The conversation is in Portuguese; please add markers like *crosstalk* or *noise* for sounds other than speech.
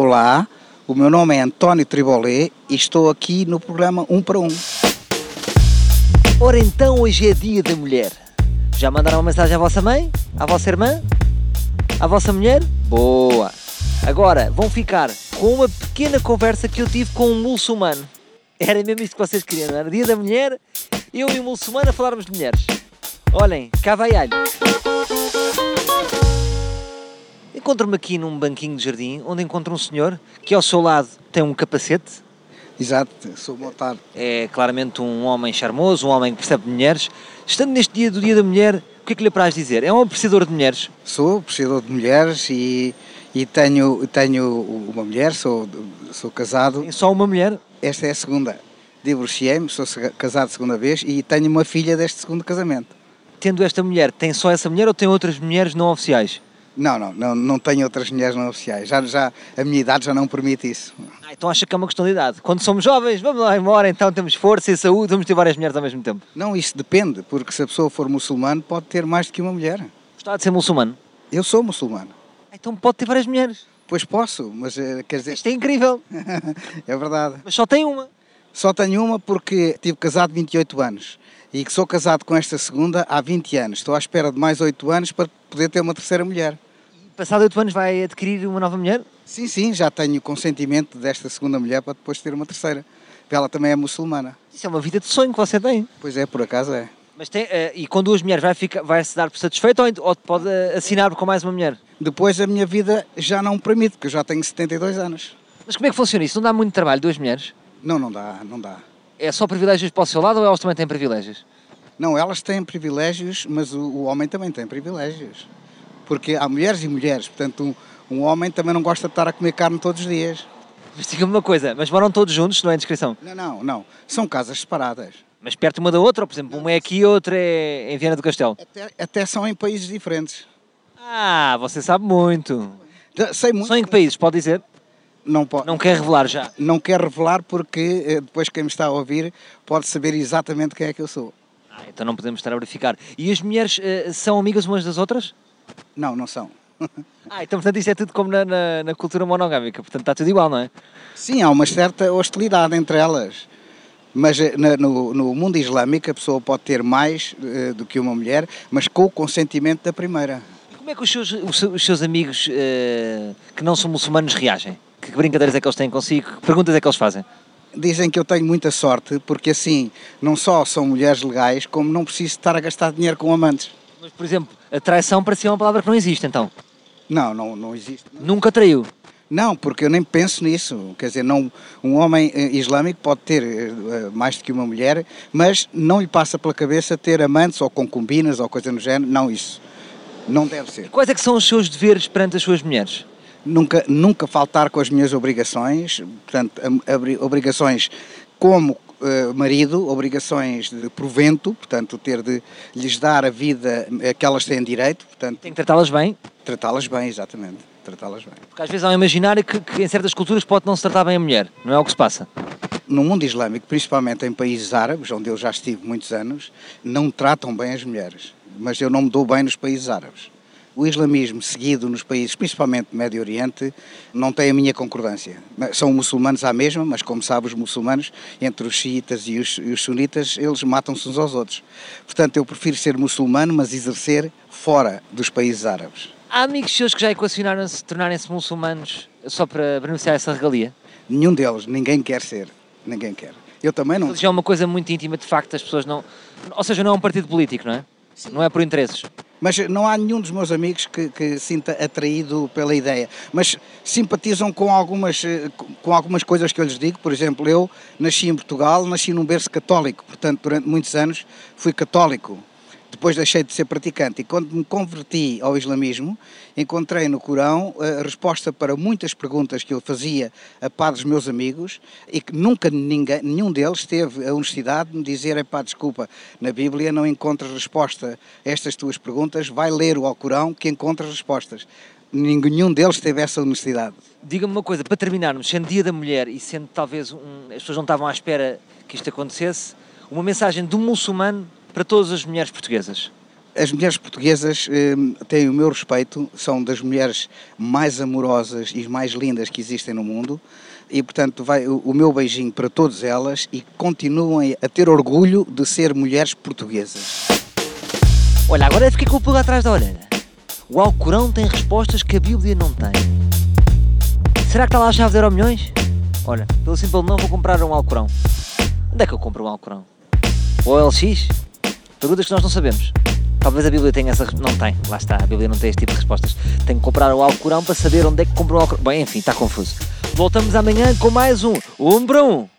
Olá, o meu nome é António Tribolé e estou aqui no programa 1 para 1. Ora então, hoje é dia da mulher. Já mandaram uma mensagem à vossa mãe? À vossa irmã? À vossa mulher? Boa! Agora vão ficar com uma pequena conversa que eu tive com um muçulmano. Era mesmo isto que vocês queriam, não era? Dia da mulher, eu e o muçulmano a falarmos de mulheres. Olhem, cá vai alho. Encontro-me aqui num banquinho de jardim onde encontro um senhor que ao seu lado tem um capacete. Exato, sou montado. É claramente um homem charmoso, um homem que percebe de mulheres. Estando neste dia do Dia da Mulher, o que é que lhe apraz dizer? É um apreciador de mulheres. Sou apreciador de mulheres e, e tenho, tenho uma mulher, sou, sou casado. Tem só uma mulher. Esta é a segunda. Divorciei-me, sou se- casado a segunda vez e tenho uma filha deste segundo casamento. Tendo esta mulher, tem só essa mulher ou tem outras mulheres não oficiais? Não, não, não, não tenho outras mulheres não oficiais. Já, já, a minha idade já não permite isso. Ah, então acha que é uma questão de idade. Quando somos jovens, vamos lá embora, então temos força e saúde, vamos ter várias mulheres ao mesmo tempo. Não, isso depende, porque se a pessoa for muçulmana pode ter mais do que uma mulher. Gostava de ser muçulmano. Eu sou muçulmano. Ah, Então pode ter várias mulheres. Pois posso, mas eh, quer dizer, Isto é incrível. *laughs* é verdade. Mas só tem uma. Só tenho uma porque tive casado 28 anos e que sou casado com esta segunda há 20 anos. Estou à espera de mais 8 anos para poder ter uma terceira mulher. E passado oito anos vai adquirir uma nova mulher? Sim, sim, já tenho consentimento desta segunda mulher para depois ter uma terceira. Ela também é muçulmana. Isso é uma vida de sonho que você tem. Pois é, por acaso é. Mas tem, eh, e com duas mulheres vai, ficar, vai se dar por satisfeito ou, ent- ou pode eh, assinar com mais uma mulher? Depois a minha vida já não permite, porque eu já tenho 72 anos. Mas como é que funciona isso? Não dá muito trabalho, duas mulheres? Não, não dá, não dá. É só privilégios para o seu lado ou elas também têm privilégios? Não, elas têm privilégios, mas o, o homem também tem privilégios. Porque há mulheres e mulheres, portanto, um, um homem também não gosta de estar a comer carne todos os dias. *laughs* Mas diga-me uma coisa, mas moram todos juntos, não é descrição? Não, não, não. São casas separadas. Mas perto uma da outra, ou, por exemplo, uma é aqui e outra é em Viana do Castelo? Até, até são em países diferentes. Ah, você sabe muito. Já Sei muito. São em que países, pode dizer? Não, po- não. Não quer revelar já. quero revelar porque eh, depois quem me está a ouvir pode saber exatamente quem é que eu sou. Ah, então não podemos estar a verificar. E as mulheres eh, são amigas umas das outras? Não, não são. *laughs* Ah, então portanto isto é tudo como na, na- na cultura monogâmica, portanto está tudo igual, não é? Sim, há uma certa hostilidade entre elas. Mas eh, na- no, no mundo islâmico a pessoa pode ter mais eh, do que uma mulher, mas com o consentimento da primeira. E Como é que os seus, os seus- os seus amigos eh, que não são muçulmanos reagem? Que brincadeiras é que eles têm consigo? Que perguntas é que eles fazem? Dizem que eu tenho muita sorte porque assim, não só são mulheres legais, como não preciso estar a gastar dinheiro com amantes. Mas, por exemplo, a traição para si é uma palavra que não existe, então. Não, não, não existe. Nunca traiu. Não, porque eu nem penso nisso. Quer dizer, não, um homem eh, islâmico pode ter eh, eh, mais do que uma mulher, mas não lhe passa pela cabeça ter amantes ou concubinas ou coisa no género. Não, isso. Não deve ser. Quais é que são os seus deveres perante as suas mulheres? Nunca, nunca faltar com as minhas obrigações, portanto, am- abri- obrigações como eh, marido, obrigações de provento, portanto, ter de lhes dar a vida a que elas têm direito, portanto, Tem que tratá-las bem, tratá-las bem, exatamente, tratá-las bem. porque às vezes há um imaginário que, que em certas culturas pode não se tratar bem a mulher. Não é o que se passa. No mundo islâmico, principalmente em países árabes, onde eu já estive muitos anos, não tratam bem as mulheres. Mas eu não me dou bem nos países árabes. O islamismo seguido nos países, principalmente do Médio Oriente, não tem a minha concordância. Mas São muçulmanos à mesma, mas como sabe, os muçulmanos, entre os xiitas e os, e os sunitas, eles matam-se uns aos outros. Portanto, eu prefiro ser muçulmano, mas exercer fora dos países árabes. Há amigos seus que já equacionaram-se, tornarem-se muçulmanos só para beneficiar essa regalia? Nenhum deles, ninguém quer ser. Ninguém quer. Eu também não. Religião é uma coisa muito íntima, de facto, as pessoas não... Ou seja, não é um partido político, não é? Não é por interesses. Mas não há nenhum dos meus amigos que, que sinta atraído pela ideia. Mas simpatizam com algumas, eh, co- com algumas coisas que eu lhes digo. Por exemplo, eu nasci em Portugal, nasci num berço católico. Portanto, durante muitos anos fui católico. Depois deixei de ser praticante. E quando me converti ao islamismo, encontrei no Corão eh, a resposta para muitas perguntas que eu fazia a padres meus amigos e que nunca ninguém, nenhum deles teve a honestidade de me dizer: é pá, desculpa, na Bíblia não encontras resposta a estas tuas perguntas, vai ler o Alcorão que encontras respostas. Nenhum deles teve essa honestidade. Diga-me uma coisa, para terminarmos, sendo Dia da Mulher e sendo talvez um, as pessoas não estavam à um espera que isto acontecesse, uma mensagem do muçulmano para todas as mulheres portuguesas. As mulheres portuguesas hum, têm o meu respeito, são das mulheres mais amorosas e mais lindas que existem no mundo e, portanto, vai o, o meu beijinho para todas elas e continuem a ter orgulho de ser mulheres portuguesas. Olha, agora fiquei com o pulga atrás da orelha. O Alcorão tem respostas que a Bíblia não tem. Será que está lá a chave de euro milhões? Olha, pelo simples não vou comprar um Alcorão. Onde é que eu compro um Alcorão? Ou LX? Perguntas que nós não sabemos. Talvez a Bíblia tenha essa. res- Não tem, lá está, a Bíblia não tem este tipo de respostas. Tenho que comprar o Alcorão para saber onde é que compro o Alcorão. Bem, enfim, está confuso. Voltamos amanhã com mais um. Um para um.